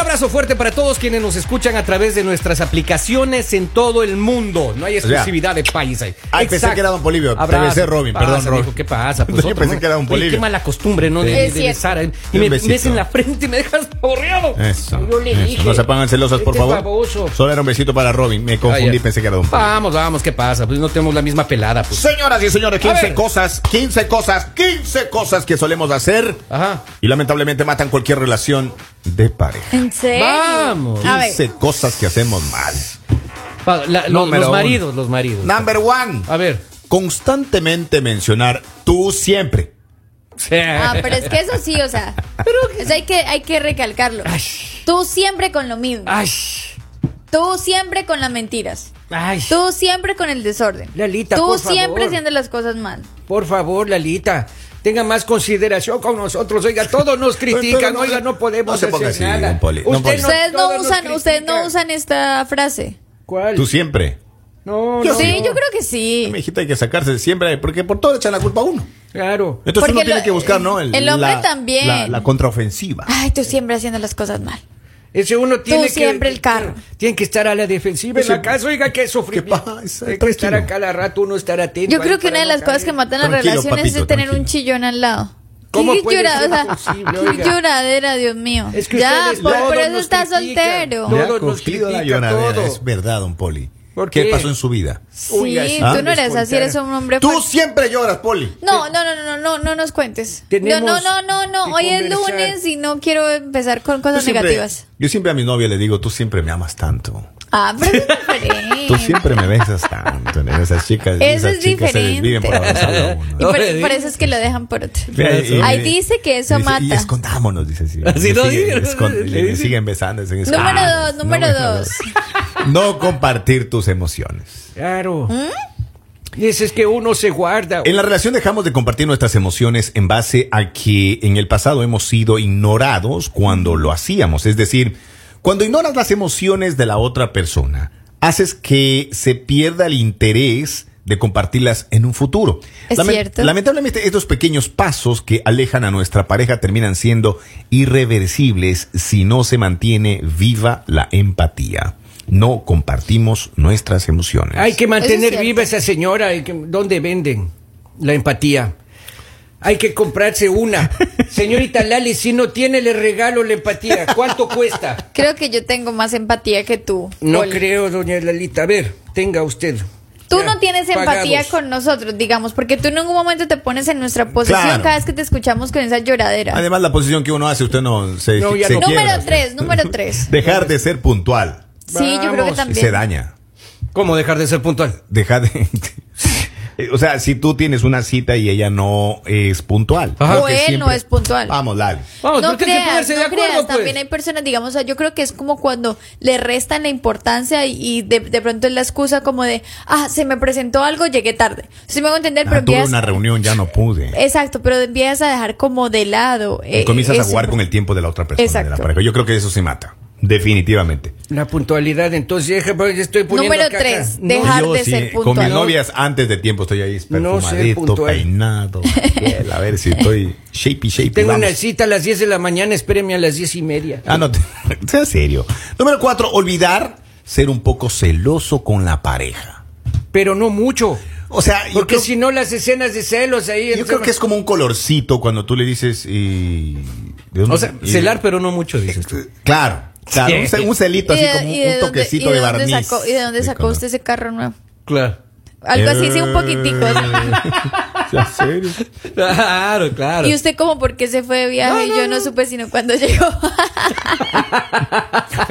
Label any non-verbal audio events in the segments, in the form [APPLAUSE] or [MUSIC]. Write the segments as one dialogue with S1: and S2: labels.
S1: abrazo fuerte para todos quienes nos escuchan a través de nuestras aplicaciones en todo el mundo. No hay
S2: sea,
S1: exclusividad de país ahí.
S2: ay, pensé
S1: Exacto.
S2: que era don Polibio. Te
S1: Abrazo.
S2: besé, Robin.
S1: ¿Qué
S2: Perdón,
S1: pasa,
S2: Robin.
S1: mijo?
S2: [LAUGHS]
S1: ¿Qué pasa? Pues,
S2: Yo
S1: otro,
S2: pensé
S1: ¿no?
S2: que era don
S1: Oye, Qué
S2: Polibio.
S1: mala costumbre, ¿no? De,
S2: Es
S1: de- de
S3: cierto.
S1: besar. ahí. Y
S2: Un
S1: me
S2: besito.
S1: ves en la frente y me dejas borreado.
S2: Eso.
S1: Yo le
S2: eso.
S1: dije.
S2: No se pongan celosas, por
S1: "Este
S2: favor.
S1: baboso".
S2: Solo era un besito para Robin. Me confundí,
S1: Ay, ya.
S2: pensé que era don Polibio.
S1: Vamos, vamos, ¿qué pasa? Pues no tenemos la misma pelada, pues.
S2: Señoras y señores,
S1: A
S2: 15
S1: ver.
S2: cosas, 15 cosas, 15 cosas que solemos hacer
S1: Ajá.
S2: y lamentablemente matan cualquier relación de pareja.
S3: ¿En serio?
S1: Vamos.
S3: A ver,
S2: 15 cosas que hacemos mal.
S1: Pa- la- lo-
S2: Número
S1: los
S2: uno.
S1: maridos, los maridos.
S2: Number one, [LAUGHS]
S1: A ver.
S2: constantemente mencionar tú siempre.
S1: [LAUGHS]
S3: Ah, pero es que eso sí, o sea, o sea, hay que, hay que recalcarlo.
S1: Ay. Ah.
S3: Tú siempre con lo mismo.
S1: Ay.
S3: Tú siempre con las mentiras.
S1: Ay.
S3: Tú siempre con el desorden.
S1: Lalita,
S3: Tú
S1: por
S3: siempre
S1: favor.
S3: haciendo las cosas mal.
S1: Por favor, Lalita, tenga más consideración con nosotros. Oiga,
S2: [LAUGHS]
S1: todos nos critican.
S2: no-
S1: Oiga, no podemos
S2: no se ponga
S1: hacer
S2: así,
S1: nada.
S2: don Poli, no,
S1: Usted
S2: Poli.
S3: Ustedes no
S1: todos nos
S3: usan, ustedes no
S1: critican.
S3: usan esta frase.
S1: ¿Cuál?
S2: Tú siempre.
S1: No,
S2: Yo
S1: no,
S3: Sí,
S1: no.
S3: yo creo que sí.
S2: Mi hijita hay que sacarse siempre, porque por todo le echan la culpa a uno.
S1: Claro.
S2: Entonces
S3: Porque
S2: uno tiene
S3: lo-
S2: que buscar, ¿no?
S3: el hombre
S2: la-
S3: también.
S2: La, la
S3: [LAUGHS]
S2: contraofensiva.
S3: Ay, tú siempre haciendo las cosas mal.
S1: Ese uno tiene que.
S3: siempre el carro.
S1: Tiene que estar a la defensiva en
S2: Ese-
S1: la casa. Oiga, qué
S2: ¿Qué
S1: sufrimiento.
S2: pasa?
S1: Hay que estar
S2: Tranquilo.
S1: acá cada rato, uno estar atento.
S3: Yo
S1: ahí
S3: creo que
S1: para
S3: una de
S1: no
S3: las cosas
S1: caer.
S3: que matan las
S2: Tranquilo,
S3: relaciones
S2: papito,
S3: es tener un
S2: tranquilo.
S3: chillón al lado.
S1: ¿Cómo
S3: qué
S1: puede
S3: llora-
S1: ser
S3: o sea,
S1: posible,
S3: qué
S1: oiga?
S3: lloradera, Dios mío.
S1: Es que
S3: ya,
S1: ustedes
S3: por,
S1: todos
S3: por eso
S1: nos
S3: está
S1: critican.
S3: soltero.
S1: No,
S2: Le ha
S1: Todos nos
S2: cogido la
S1: critica
S2: lloradera,
S1: todo.
S2: es verdad, don Poli.
S1: ¿Por
S2: ¿Qué
S1: qué?
S2: pasó en su vida?
S3: Sí,
S1: Oiga, sí,
S3: tú no
S1: les
S3: eres así,
S1: contara.
S3: eres un hombre
S2: Tú
S3: fuerte.
S2: siempre lloras, Poli.
S3: No, no, no, no, no, no nos cuentes. No,
S1: Eh, Tenemos
S3: no, no, no, no.
S1: que
S3: Hoy es
S1: conversar.
S3: lunes y no quiero empezar con cosas negativas.
S2: yo siempre a mi novia le digo, tú siempre me amas tanto.
S3: Ah,
S1: [LAUGHS]
S3: pero es
S2: Tú
S3: diferente.
S2: siempre me besas tanto. ¿no? Esas chicas,
S3: Eso
S2: esas
S3: es
S2: chicas se desviven
S3: diferente.
S2: por abrazar
S3: [LAUGHS]
S2: a uno.
S3: Y
S1: No
S3: por,
S1: le
S3: por
S1: digas.
S3: eso es que lo dejan por otro.
S2: Ve, y-
S3: Ahí
S2: y-
S3: dice que eso
S2: y dice, Y
S3: mata.
S2: escondámonos, dice así.
S1: Así
S2: Y
S1: no
S2: siguen,
S1: digas.
S2: escon- y
S1: Le
S2: le
S1: dice-
S2: siguen besando. dicen,
S3: Número
S2: "Ah,
S3: dos, número dos".
S2: No compartir tus emociones.
S1: Claro.
S3: ¿Mm?
S1: Y eso es que uno se guarda.
S2: En la relación dejamos de compartir nuestras emociones en base a que en el pasado hemos sido ignorados cuando lo hacíamos. Es decir, cuando ignoras las emociones de la otra persona, haces que se pierda el interés de compartirlas en un futuro.
S3: Es cierto.
S2: Lamentablemente, estos pequeños pasos que alejan a nuestra pareja terminan siendo irreversibles si no se mantiene viva la empatía. No compartimos nuestras emociones.
S1: Hay que mantener
S3: Pues, cierto.
S1: viva esa señora. hay que- ¿Dónde venden la empatía? Hay que comprarse
S3: [LAUGHS]
S1: una. Señorita Lali, si no tiene, le regalo la empatía. ¿Cuánto
S3: [LAUGHS]
S1: cuesta?
S3: Creo que yo tengo más empatía que tú.
S1: No
S3: Poli.
S1: creo, doña Lalita. A ver, tenga usted.
S3: Tú
S1: Ya,
S3: no tienes empatía
S1: pagados.
S3: con nosotros, digamos, porque tú en ningún momento te pones en nuestra posición
S2: Claro.
S3: cada vez que te escuchamos con esa lloradera.
S2: Además, la posición que uno hace, usted no se,
S1: No, ya
S2: se
S1: no.
S2: quiebra.
S3: Número tres, número
S2: [LAUGHS]
S3: tres.
S2: Dejar de ser puntual.
S3: Sí, yo creo que
S1: Vamos,
S3: también.
S2: Se daña.
S1: ¿Cómo dejar de ser puntual?
S2: Dejar de... [LAUGHS] eh, O sea, si tú tienes una cita y ella no es puntual.
S1: Ajá.
S2: Creo
S3: O
S2: que
S3: él no es puntual.
S2: Vamos, Lali.
S1: Vamos,
S3: no
S1: pero tiene que
S3: creas,
S1: ponerse
S3: no
S1: de acuerdo,
S3: creas.
S1: pues.
S3: También hay personas, digamos, o sea, yo creo que es como cuando le restan la importancia y, y de, de pronto es la excusa como de, ah, se me presentó algo, llegué tarde. Si me hago entender, pero
S2: Ah, tuve
S3: empiezas-
S2: una reunión, ya no pude.
S3: Exacto, pero empiezas a dejar como de lado. eh,
S2: Y comienzas a
S3: eso.
S2: jugar con el tiempo de la otra persona. de la
S3: Exacto.
S2: pareja. Yo creo que eso se mata. Definitivamente.
S1: La puntualidad, entonces, deja- estoy poniendo
S3: Número
S1: acá-
S3: tres,
S1: No,
S3: deja- Dejar
S2: yo
S3: de ser
S2: con mis
S3: puntual.
S2: novias antes de tiempo estoy ahí
S1: No ser
S2: perfumadito, [LAUGHS]
S1: puntual.
S2: peinado. piel, a ver si [LAUGHS] estoy shapey, shapey.
S1: Tengo
S2: vamos.
S1: una cita a las 10 de la mañana, espéreme a las 10 y media.
S2: Ah, no, [LAUGHS] te- sea serio. Número cuatro, olvidar ser un poco celoso con la pareja.
S1: Pero no mucho.
S2: O sea, yo,
S1: Porque
S2: creo,
S1: si no, las escenas de celos ahí.
S2: yo creo que es como un colorcito cuando tú le dices y... Dios
S1: O
S2: mío,
S1: sea,
S2: y-
S1: celar, pero no mucho, dices tú.
S2: eh, Claro, claro, un, ce- un celito así
S3: ¿Y de-
S2: como
S3: y de
S2: un
S3: dónde-
S2: toquecito
S3: y
S2: de,
S3: dónde
S2: barniz.
S3: sacó- ¿Y de dónde sacó
S2: color.
S3: usted ese carro nuevo?
S1: Claro.
S3: Algo así, sí, un poquitico.
S2: ¿En Eh, serio?
S1: Claro, claro.
S3: [LAUGHS] Y usted como porque se fue de viaje, yo no supe sino cuando llegó. [LAUGHS]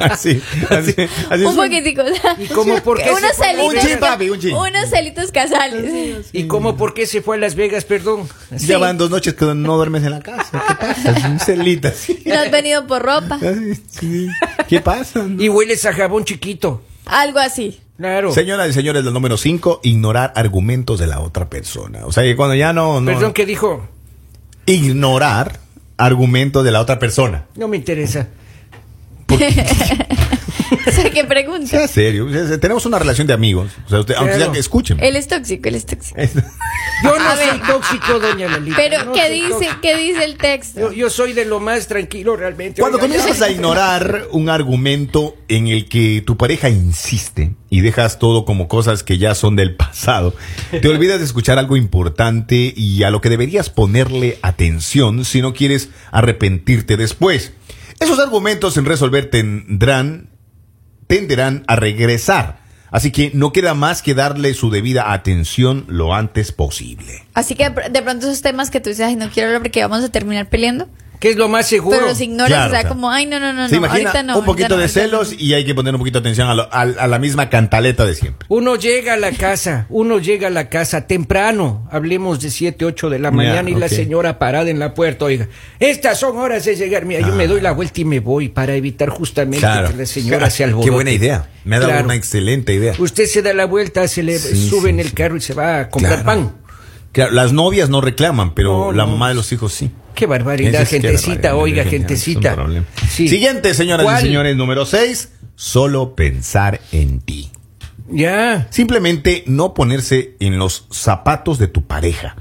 S2: Así, así, así
S3: un
S2: es.
S3: poquitico.
S1: [LAUGHS] ¿Y cómo por qué
S3: unos
S1: se fue?
S3: celitos.
S2: Un chin, papi, un chin.
S3: Unos celitos casales.
S1: ¿Y cómo por qué se fue a Las Vegas, perdón?
S2: Ya van dos noches que no duermes en la casa. ¿Qué pasa? Es Un celito así.
S3: No has venido por ropa.
S2: Así, sí. ¿Qué pasa? no?
S1: Y hueles a jabón chiquito.
S3: Algo así. [LAUGHS]
S1: Claro.
S2: Señoras y señores, la número 5, ignorar argumentos de la otra persona. O sea, que cuando ya no... no-
S1: Perdón, que dijo?
S2: Ignorar argumentos de la otra persona.
S1: No me interesa.
S3: O sea, ¿qué
S2: Sea
S3: pregunta?
S2: serio. o sea, Tenemos una relación de amigos. O sea, usted, aunque
S1: Claro.
S2: sea que escuchen.
S3: Él es tóxico, él es tóxico.
S1: Yo no
S3: A ver.
S1: soy tóxico, doña Lalita.
S3: Pero,
S1: no
S3: ¿qué
S1: soy
S3: dice,
S1: tóxico.
S3: qué dice el texto?
S1: Yo, yo soy de lo más tranquilo realmente.
S2: Cuando
S1: Oiga,
S2: comienzas
S1: ya-
S2: a ignorar un argumento en el que tu pareja insiste y dejas todo como cosas que ya son del pasado, te olvidas de escuchar algo importante y a lo que deberías ponerle atención si no quieres arrepentirte después. Esos argumentos sin resolver tendrán tenderán a regresar, así que no queda más que darle su debida atención lo antes posible.
S3: Así que de pr- de pronto esos temas que tú dices, ay, no quiero hablar porque vamos a terminar peleando.
S1: ¿Qué es lo más seguro?
S3: Pero los ignoras,
S2: Claro,
S3: o sea,
S2: claro.
S3: como, ay, no, no, no,
S2: Se
S3: no,
S2: imagina
S3: ahorita no.
S2: un poquito de celos
S3: y
S2: y hay que poner un poquito de atención a, lo- a- a la misma cantaleta de siempre.
S1: Uno llega a la casa, uno llega a la casa temprano, hablemos de 7, 8 de la
S2: Ya,
S1: mañana y la
S2: ok.
S1: señora parada en la puerta, oiga, estas son horas de llegar, mira,
S2: Ah.
S1: yo me doy la vuelta y me voy para evitar justamente que la señora se alborote.
S2: Ah, Qué buena idea. Me ha dado
S1: Claro. Pues,
S2: una excelente idea.
S1: Usted se da la vuelta, se le
S2: Sí,
S1: sube
S2: sí,
S1: en el
S2: sí.
S1: carro y se va a comprar
S2: Claro.
S1: pan.
S2: Claro, las novias no reclaman, pero
S1: No,
S2: la
S1: no.
S2: mamá de los hijos sí.
S1: Qué barbaridad,
S2: Esa es que
S1: gentecita,
S2: barbaridad,
S1: oiga,
S2: es un
S1: gentecita.
S2: problema.
S1: Sí.
S2: Siguiente, señoras
S1: ¿Cuál?
S2: y señores, número 6. Solo pensar en ti.
S1: Ya.
S2: Simplemente no ponerse en los zapatos de tu pareja.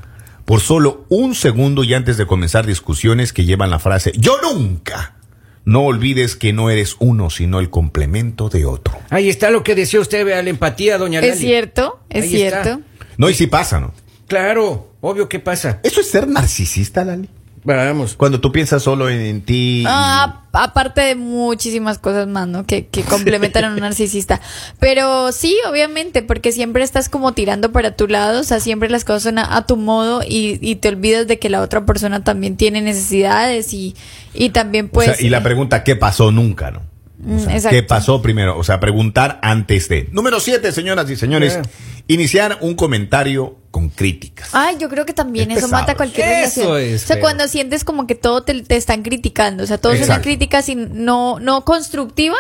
S2: Por solo un segundo y antes de comenzar discusiones que llevan la frase Yo nunca. No olvides que no eres uno, sino el complemento de otro.
S1: Ahí está lo que decía usted, vea la empatía, doña Lali.
S3: Es cierto, es
S1: Ahí está.
S3: cierto.
S2: No, y si pasa, ¿no?
S1: Claro, obvio que pasa.
S2: ¿Eso es ser narcisista, Lali?
S1: Vamos.
S2: Cuando tú piensas solo en, en ti. y-
S3: Ah, aparte de muchísimas cosas más, ¿no? Que, que complementan a un narcisista. Pero sí, obviamente, porque siempre estás como tirando para tu lado, o sea, siempre las cosas son a, a tu modo y, y te olvidas de que la otra persona también tiene necesidades y, y también
S2: O sea,
S3: pues...
S2: y la pregunta, ¿qué pasó nunca, no? O
S3: Mm,
S2: sea,
S3: exacto.
S2: ¿Qué pasó primero? O sea, preguntar antes de. Número siete, señoras y señores.
S1: Ya.
S2: Iniciar un comentario con críticas.
S3: Ay, yo creo que también
S2: Es
S3: eso
S2: pesado.
S3: mata cualquier
S1: Eso
S3: relación.
S1: es
S3: o sea,
S1: feo.
S3: cuando sientes como que todo te, te están criticando, o sea, todo es una
S2: Exacto.
S3: crítica sin, no, no constructiva,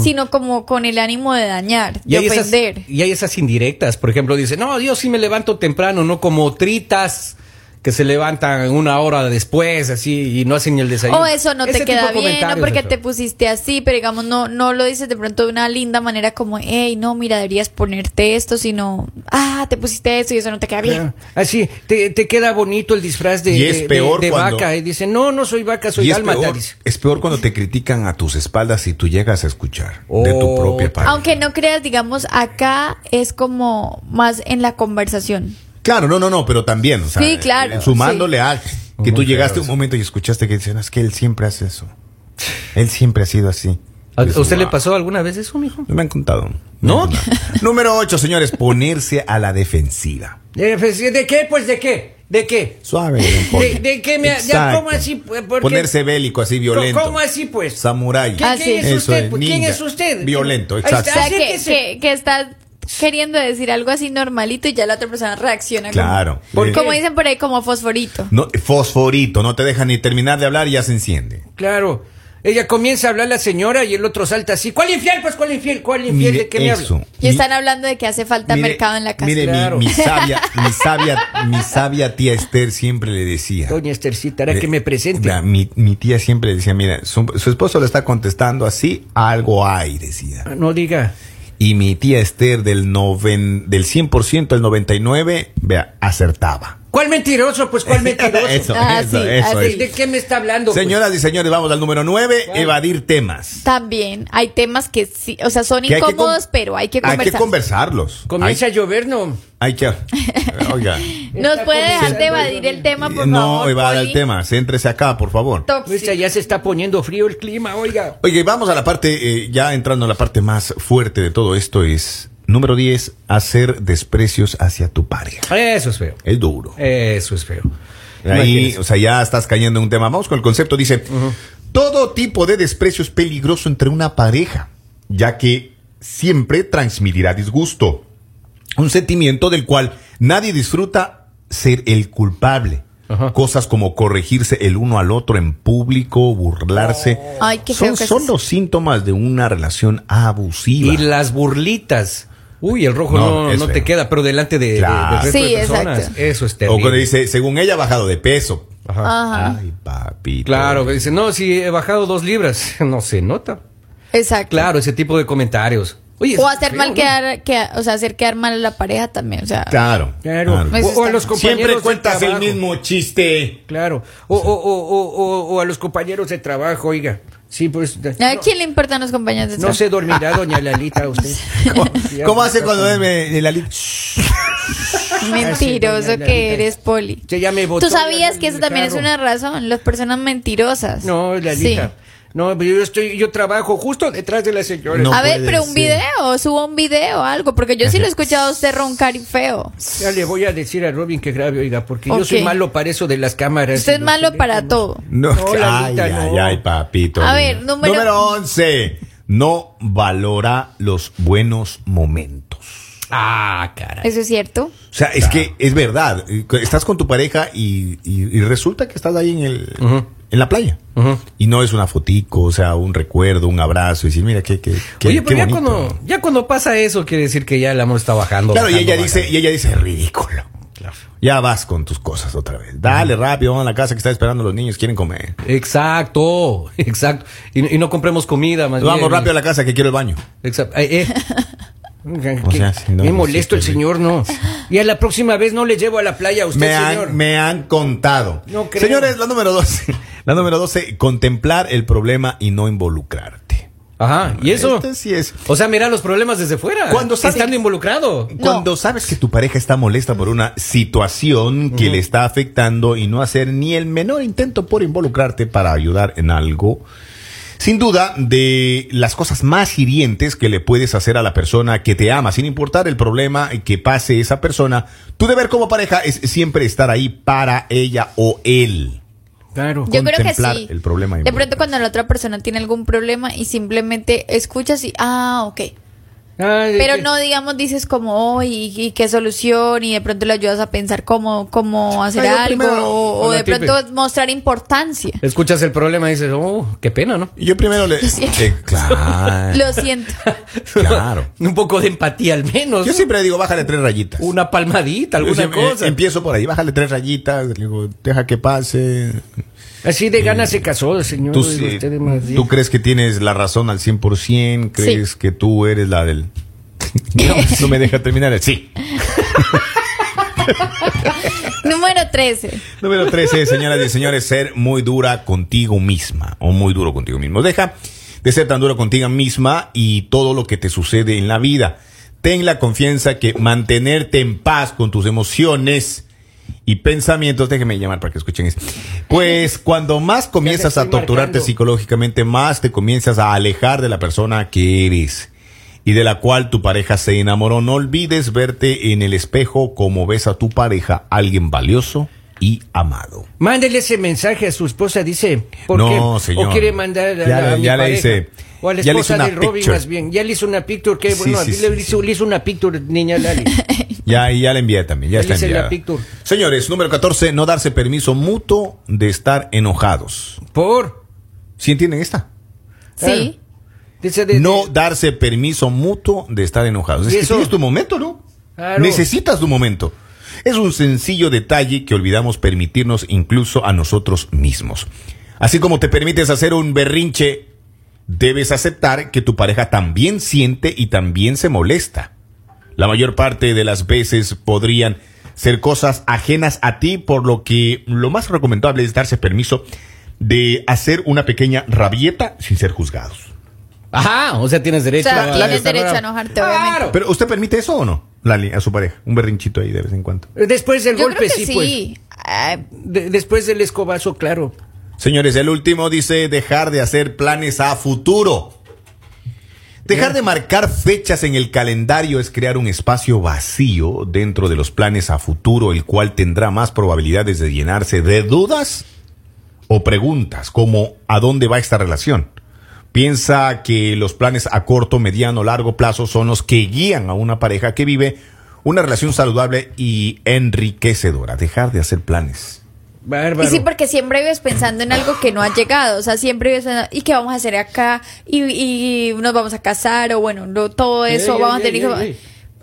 S3: sino como con el ánimo de dañar, de
S1: hay esas-
S3: ofender.
S1: y hay esas indirectas, por ejemplo, dice, no, yo sí me levanto temprano, no como tritas que se levantan una hora después, así, y no hacen ni el desayuno.
S3: O eso no
S1: Ese
S3: te
S1: tipo
S3: queda
S1: de
S3: bien, no
S1: comentarios,
S3: porque
S1: eso.
S3: te pusiste así, pero digamos, no, no lo dices de pronto de una linda manera como, hey, no, mira, deberías ponerte esto, sino, ah, te pusiste esto y eso no te queda bien.
S2: Ah,
S1: Claro. Así, Ah, te, te queda bonito el disfraz de,
S2: Y es
S1: de- de-
S2: peor
S1: de
S2: cuando-
S1: vaca. Y dice, no, no soy vaca, soy
S2: Y es
S1: alma.
S2: peor, es peor cuando te critican a tus espaldas y tú llegas a escuchar de tu
S1: Oh.
S2: propia pareja.
S3: Aunque no creas, digamos, acá es como más en la conversación.
S2: Claro, no, no, no, pero también, o sea,
S3: Sí, claro,
S2: eh, sumándole a que
S1: Oh
S2: tú llegaste a un momento y escuchaste que dicen, es que él siempre hace eso. Él siempre ha sido así.
S1: ¿A
S2: Dices,
S1: usted le
S2: "Wow".
S1: pasó alguna vez eso, mijo?
S2: No me han contado.
S1: ¿No?
S2: Me han contado. Número 8, señores, ponerse a la defensiva.
S1: Eh, pues, ¿De qué? Pues, ¿de qué? ¿De qué?
S2: Suave. don Poli.
S1: ¿De- de qué me- de-
S2: Exacto.
S1: cómo así, pues, porque-
S2: Ponerse bélico, así violento.
S1: ¿Cómo así, pues?
S2: Samurái.
S1: ¿Qué-
S3: Ah, sí.
S1: ¿Quién es
S2: Eso
S1: usted?
S2: es,
S1: pues? ¿Quién
S2: ninja.
S1: es usted?
S2: Violento,
S1: Ahí
S2: exacto.
S3: O sea, que,
S1: acérquese.
S3: que, que estás queriendo decir algo así normalito y ya la otra persona reacciona. como-
S2: Claro.
S1: ¿Por
S2: Eh,
S1: qué?
S3: Como, dicen por ahí, como fosforito.
S2: no, fosforito, no te deja ni terminar de hablar y ya se enciende.
S1: Claro. Ella comienza a hablar la señora y el otro salta así. ¿Cuál infiel? Pues cuál infiel, cuál infiel,
S2: Mire
S1: ¿de qué me
S2: eso.
S1: habla?
S3: Y
S2: Mi-
S3: están hablando de que hace falta
S2: mire-
S3: mercado en la casa.
S2: Mire, mi-
S1: Claro.
S2: mi, sabia, mi sabia, mi sabia tía Esther siempre le decía.
S1: Doña Estercita, hará
S2: Eh,
S1: que me presente.
S2: mira, mi, mi tía siempre le decía, mira, su, su esposo le está contestando así, algo hay, decía.
S1: No diga.
S2: Y mi tía Esther del, noven, del 100% al 99%, vea, acertaba.
S1: ¿Cuál mentiroso? Pues cuál mentiroso.
S2: [LAUGHS] Eso,
S3: Ah,
S2: eso,
S3: sí,
S2: eso
S3: así.
S2: es.
S1: ¿De, de qué me está hablando? pues?
S2: Señoras y señores, vamos al número 9,
S1: ¿Cuál?
S2: evadir temas.
S3: También hay temas que sí, o sea, son
S2: Que hay que
S3: incómodos,
S2: con-
S3: pero hay que
S2: Hay
S3: conversar.
S2: que conversarlos.
S1: Comienza a llover, ¿no?
S2: Hay, hay
S3: [LAUGHS]
S2: que... Oiga.
S3: ¿Nos
S1: Está
S3: puede dejar de
S1: comenzando,
S3: evadir el tema, por
S2: no
S3: favor?
S2: evada el
S3: Poli?
S2: tema, céntrese acá, por favor.
S3: Tóxico.
S1: Oiga, ya Pues, se está poniendo frío el clima, oiga.
S2: Oye, vamos a la parte, eh, ya entrando a la parte más fuerte de todo esto, es número 10, hacer desprecios hacia tu pareja.
S1: Eso es feo.
S2: Es duro.
S1: Eso es feo.
S2: Ahí,
S1: Imagínese.
S2: o sea, ya estás cayendo en un tema. Vamos con el concepto. Dice, todo tipo de desprecio es peligroso entre una pareja, ya que siempre transmitirá disgusto. Un sentimiento del cual nadie disfruta ser el culpable.
S1: Ajá.
S2: Cosas como corregirse el uno al otro en público, burlarse.
S3: Ay, qué feo
S2: son
S3: que es
S2: son
S3: eso.
S2: los síntomas de una relación abusiva.
S1: Y las burlitas. Uy, el rojo
S2: No,
S1: no, no,
S2: es
S1: te
S2: feo.
S1: queda, pero delante de, de-
S2: Claro.
S1: del resto de
S3: Sí,
S1: personas.
S3: exacto.
S1: Eso es terrible.
S2: o cuando dice, según ella, ha bajado de peso.
S1: Ajá.
S3: Ajá.
S2: Ay, papi.
S1: [LAUGHS] Claro, que dice, no, si he bajado dos libras. No se nota.
S3: Exacto.
S1: Claro, ese tipo de comentarios. Oye,
S3: O
S1: es
S3: hacer
S1: feo,
S3: mal
S1: ¿no?
S3: quedar, que, o sea, hacer quedar mal a la pareja también. O sea,
S2: Claro.
S1: Claro.
S2: claro.
S3: Pues
S1: O, o a los compañeros
S2: Siempre
S1: de
S2: cuentas el
S1: trabajo.
S2: mismo
S1: [LAUGHS]
S2: chiste.
S1: Claro. O, o- o- o- o- o a los compañeros de trabajo, oiga. Sí, pues. de-
S3: ¿a
S1: no-
S3: quién le importan los compañeros de
S1: No,
S3: trabajo?
S1: se dormirá, doña Lalita, usted.
S2: ¿Cómo,
S1: Ya,
S2: cómo
S1: ya
S2: hace
S1: está
S2: cuando
S1: con-
S2: duerme el ali-
S1: Ay, sí, doña
S3: Mentiroso
S1: Lalita.
S3: que eres, Poli.
S1: Que ya me botó
S3: Tú sabías
S1: ya
S3: que
S1: en
S3: eso
S1: el
S3: también es
S1: carro.
S3: una razón, las personas mentirosas.
S1: No, Lalita.
S3: Sí.
S1: No, pero yo estoy, yo trabajo justo detrás de la señora.
S2: No.
S3: a ver,
S2: puede
S3: pero un
S2: ser.
S3: video, suba un video, algo, porque yo sí lo he escuchado a usted roncar y feo.
S1: Ya le voy a decir a Robin que grave, oiga, porque yo
S3: Ok.
S1: soy malo para eso de las cámaras.
S3: Usted
S1: y
S3: es
S1: los
S3: malo
S1: teléfonos.
S3: para todo.
S2: No,
S1: No,
S2: ay,
S1: Lalita,
S2: ay,
S1: no.
S2: ay, papito. lindo.
S3: A ver, número-
S2: número 11. No valora los buenos momentos.
S1: Ah, cara.
S3: Eso es cierto.
S2: O sea, es que es verdad. Estás con tu pareja y, y- y resulta que estás ahí en el en la playa. Y no es una fotico, o sea, un recuerdo, un abrazo. Y decir, mira, qué, qué, qué,
S1: Oye, pero
S2: qué
S1: ya
S2: bonito.
S1: cuando, ya cuando pasa eso, quiere decir que ya el amor está bajando.
S2: Claro, y
S1: bajando,
S2: ella dice,
S1: bajando.
S2: y ella dice, ridículo. Ya vas con tus cosas otra vez. Dale rápido, vamos a la casa que está esperando los niños, quieren comer.
S1: Exacto, [LAUGHS] exacto. Y, y no compremos comida, más
S2: Vamos
S1: bien.
S2: rápido a la casa que quiero el baño.
S1: Exacto.
S2: [LAUGHS]
S1: Eh, eh. Oigan,
S2: O
S1: que-
S2: sea, si no,
S1: me
S2: no
S1: molesto el
S2: existe. [LAUGHS]
S1: señor, no. Y a la próxima vez no le llevo a la playa a usted,
S2: Me
S1: señor.
S2: han, me han contado.
S1: No creo.
S2: Señores, la número 12. [LAUGHS] La número 12, contemplar el problema y no involucrarte.
S1: Ajá, y eso.
S2: Este sí es.
S1: O sea, mira los problemas desde fuera.
S2: Cuando sabe-
S1: estando involucrado.
S2: Cuando sabes que tu pareja está molesta por una situación que le está afectando y no hacer ni el menor intento por involucrarte para ayudar en algo, sin duda de las cosas más hirientes que le puedes hacer a la persona que te ama, sin importar el problema que pase esa persona, tu deber como pareja es siempre estar ahí para ella o él.
S1: Claro.
S3: Yo creo que
S2: Contemplar
S3: sí.
S2: el problema
S3: de
S2: involucrado.
S3: pronto cuando la otra persona tiene algún problema y simplemente escuchas y, ah, ok.
S1: Ay,
S3: Pero
S1: eh,
S3: no, digamos, dices como, oh, y, y qué solución, y de pronto le ayudas a pensar cómo, cómo hacer
S2: yo
S3: algo,
S2: primero-
S3: o, o
S1: Hola,
S3: de pronto
S1: [LAUGHS]
S3: mostrar importancia.
S1: Escuchas el problema y dices, oh, qué pena, ¿no?
S2: Y Yo primero le...
S3: Lo siento.
S2: Eh, claro.
S1: [LAUGHS]
S3: Lo siento.
S2: claro.
S1: Un poco de empatía al menos.
S2: Yo siempre digo, bájale tres rayitas.
S1: Una
S2: Yo
S1: palmadita, alguna
S2: siempre, eh,
S1: cosa.
S2: Empiezo por ahí, bájale tres rayitas, le digo, deja que pase.
S1: Así de ganas se casó, señor.
S2: Tú,
S1: digo,
S2: sí-
S1: usted de más bien.
S2: tú crees que tienes la razón al 100%, crees que tú eres la del... No, no me deja terminar. Sí.
S3: Número 13.
S2: Número 13, señoras y señores, ser muy dura contigo misma o muy duro contigo mismo. Deja de ser tan duro contigo misma y todo lo que te sucede en la vida. Ten la confianza que mantenerte en paz con tus emociones y pensamientos, déjeme llamar para que escuchen eso. Pues cuando más comienzas a
S1: estoy
S2: torturarte
S1: marcando.
S2: psicológicamente, más te comienzas a alejar de la persona que eres y de la cual tu pareja se enamoró. No olvides verte en el espejo como ves a tu pareja, alguien valioso y amado.
S1: Mándele ese mensaje a su esposa, dice. ¿por
S2: No,
S1: qué?
S2: señor.
S1: O quiere mandar a,
S2: Ya
S1: la- a
S2: le-
S1: mi
S2: ya le
S1: pareja.
S2: hice-
S1: O a la
S2: ya le hice
S1: esposa
S2: una
S1: del Robin,
S2: picture.
S1: más bien. Ya le hizo una picture. Que,
S2: Sí,
S1: bueno,
S2: sí,
S1: a ti
S2: sí,
S1: le,
S2: sí.
S1: hizo, le hizo una picture,
S2: [LAUGHS]
S1: niña Lali.
S2: Ya, y ya la envié también, ya
S1: Ya
S2: está
S1: hice la
S2: enviada.
S1: picture.
S2: Señores, número 14, no darse permiso mutuo de estar enojados.
S1: Por.
S2: ¿Sí entienden esta?
S3: Sí.
S1: Dice de-
S2: No
S1: de-
S2: darse permiso mutuo de estar enojados. Es
S1: ¿Y
S2: que
S1: eso?
S2: tienes tu momento, ¿no?
S1: Claro.
S2: Necesitas tu momento. Es un sencillo detalle que olvidamos permitirnos incluso a nosotros mismos. Así como te permites hacer un berrinche, debes aceptar que tu pareja también siente y también se molesta. La mayor parte de las veces podrían ser cosas ajenas a ti, por lo que lo más recomendable es darse permiso de hacer una pequeña rabieta sin ser juzgados.
S1: Ajá, o sea, tienes derecho
S3: O sea, tienes
S1: estar
S3: derecho a
S1: bravo.
S3: enojarte, obviamente.
S1: Claro.
S2: ¿Pero usted permite eso o no, Lali, a su pareja? Un berrinchito ahí de vez en cuando.
S1: Después del
S3: Yo
S1: golpe,
S3: creo que
S1: sí, pues.
S3: sí. Ay,
S1: De- después del escobazo, claro.
S2: Señores, el último dice dejar de hacer planes a futuro. Dejar de marcar fechas en el calendario es crear un espacio vacío dentro de los planes a futuro, el cual tendrá más probabilidades de llenarse de dudas o preguntas como ¿a dónde va esta relación? Piensa que los planes a corto, mediano, largo plazo son los que guían a una pareja que vive una relación saludable y enriquecedora. Dejar de hacer planes.
S1: Bárbaro.
S3: Y sí, porque siempre vives pensando en algo que no ha llegado. O sea, siempre vives pensando, ¿y qué vamos a hacer acá? ¿Y, y nos vamos a casar? O bueno, no, todo eso,
S1: Ey,
S3: vamos
S1: ey,
S3: a
S1: ey,
S3: tener hijos.
S1: ey, ey.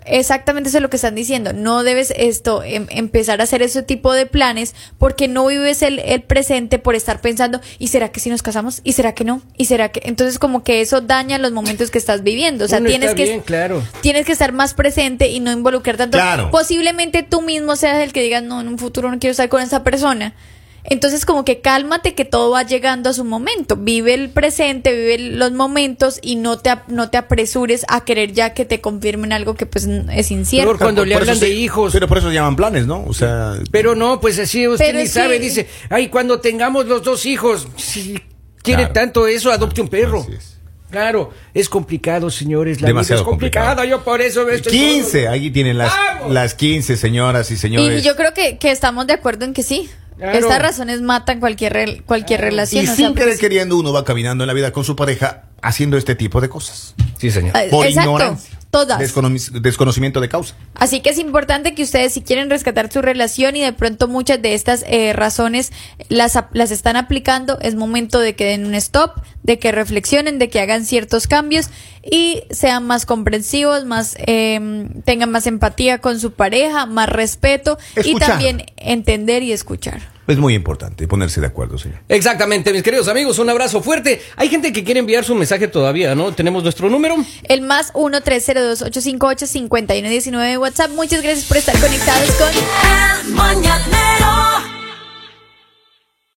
S3: Exactamente eso es lo que están diciendo. No debes esto, em- empezar a hacer ese tipo de planes porque no vives el, el presente por estar pensando, ¿y será que si nos casamos? ¿Y será que no? ¿Y será que? Entonces como que eso daña los momentos que estás viviendo. O sea,
S1: Uno
S3: tienes
S1: está
S3: que...
S1: bien, claro.
S3: Tienes que estar más presente y no involucrar tanto. Pues
S2: Claro.
S3: Posiblemente tú mismo seas el que diga, no, en un futuro no quiero estar con esa persona. Entonces, como que cálmate que todo va llegando a su momento. Vive el presente, vive los momentos y no te, ap- no te apresures a querer ya que te confirmen algo que pues n- es incierto.
S1: Flor, cuando le hablan
S2: eso
S1: de
S2: se-
S1: hijos.
S2: Pero por eso se llaman planes, ¿no? O sea,
S1: Pero no, pues así usted
S3: Pero
S1: ni
S3: es
S1: sabe,
S3: que-
S1: dice, ay, cuando tengamos los dos hijos, si quiere
S2: Claro.
S1: tanto eso, adopte un perro.
S2: Así es.
S1: Claro, es complicado, señores, la
S2: Demasiado
S1: vida es complicada,
S2: complicado.
S1: yo por eso este estoy-
S2: 15, ahí tienen las,
S1: ¡Vamos!
S2: las 15, señoras y
S3: y
S2: señores.
S3: yo creo que, que estamos de acuerdo en que sí.
S1: Claro.
S3: Estas razones matan cualquier, rel- cualquier relación.
S2: Y
S3: o sea,
S2: sin querer
S3: pues-
S2: queriendo uno va caminando en la vida con su pareja haciendo este tipo de cosas.
S1: Sí, señor.
S3: Ay,
S2: Por
S3: Eh, Exacto,
S2: ignorancia.
S3: todas.
S2: desconomi- desconocimiento de causa.
S3: Así que es importante que ustedes si quieren rescatar su relación y de pronto muchas de estas eh, razones las, ap- las están aplicando, es momento de que den un stop, de que reflexionen, de que hagan ciertos cambios y sean más comprensivos, más eh, tengan más empatía con su pareja, más respeto y
S2: Escuchar.
S3: también entender y escuchar.
S2: Es muy importante ponerse de acuerdo, señor.
S1: Exactamente, mis queridos amigos, un abrazo fuerte. Hay gente que quiere enviar su mensaje todavía, ¿no? Tenemos nuestro número.
S3: El más 1-302-858-5119 de WhatsApp. Muchas gracias por estar conectados con...
S4: El mañanero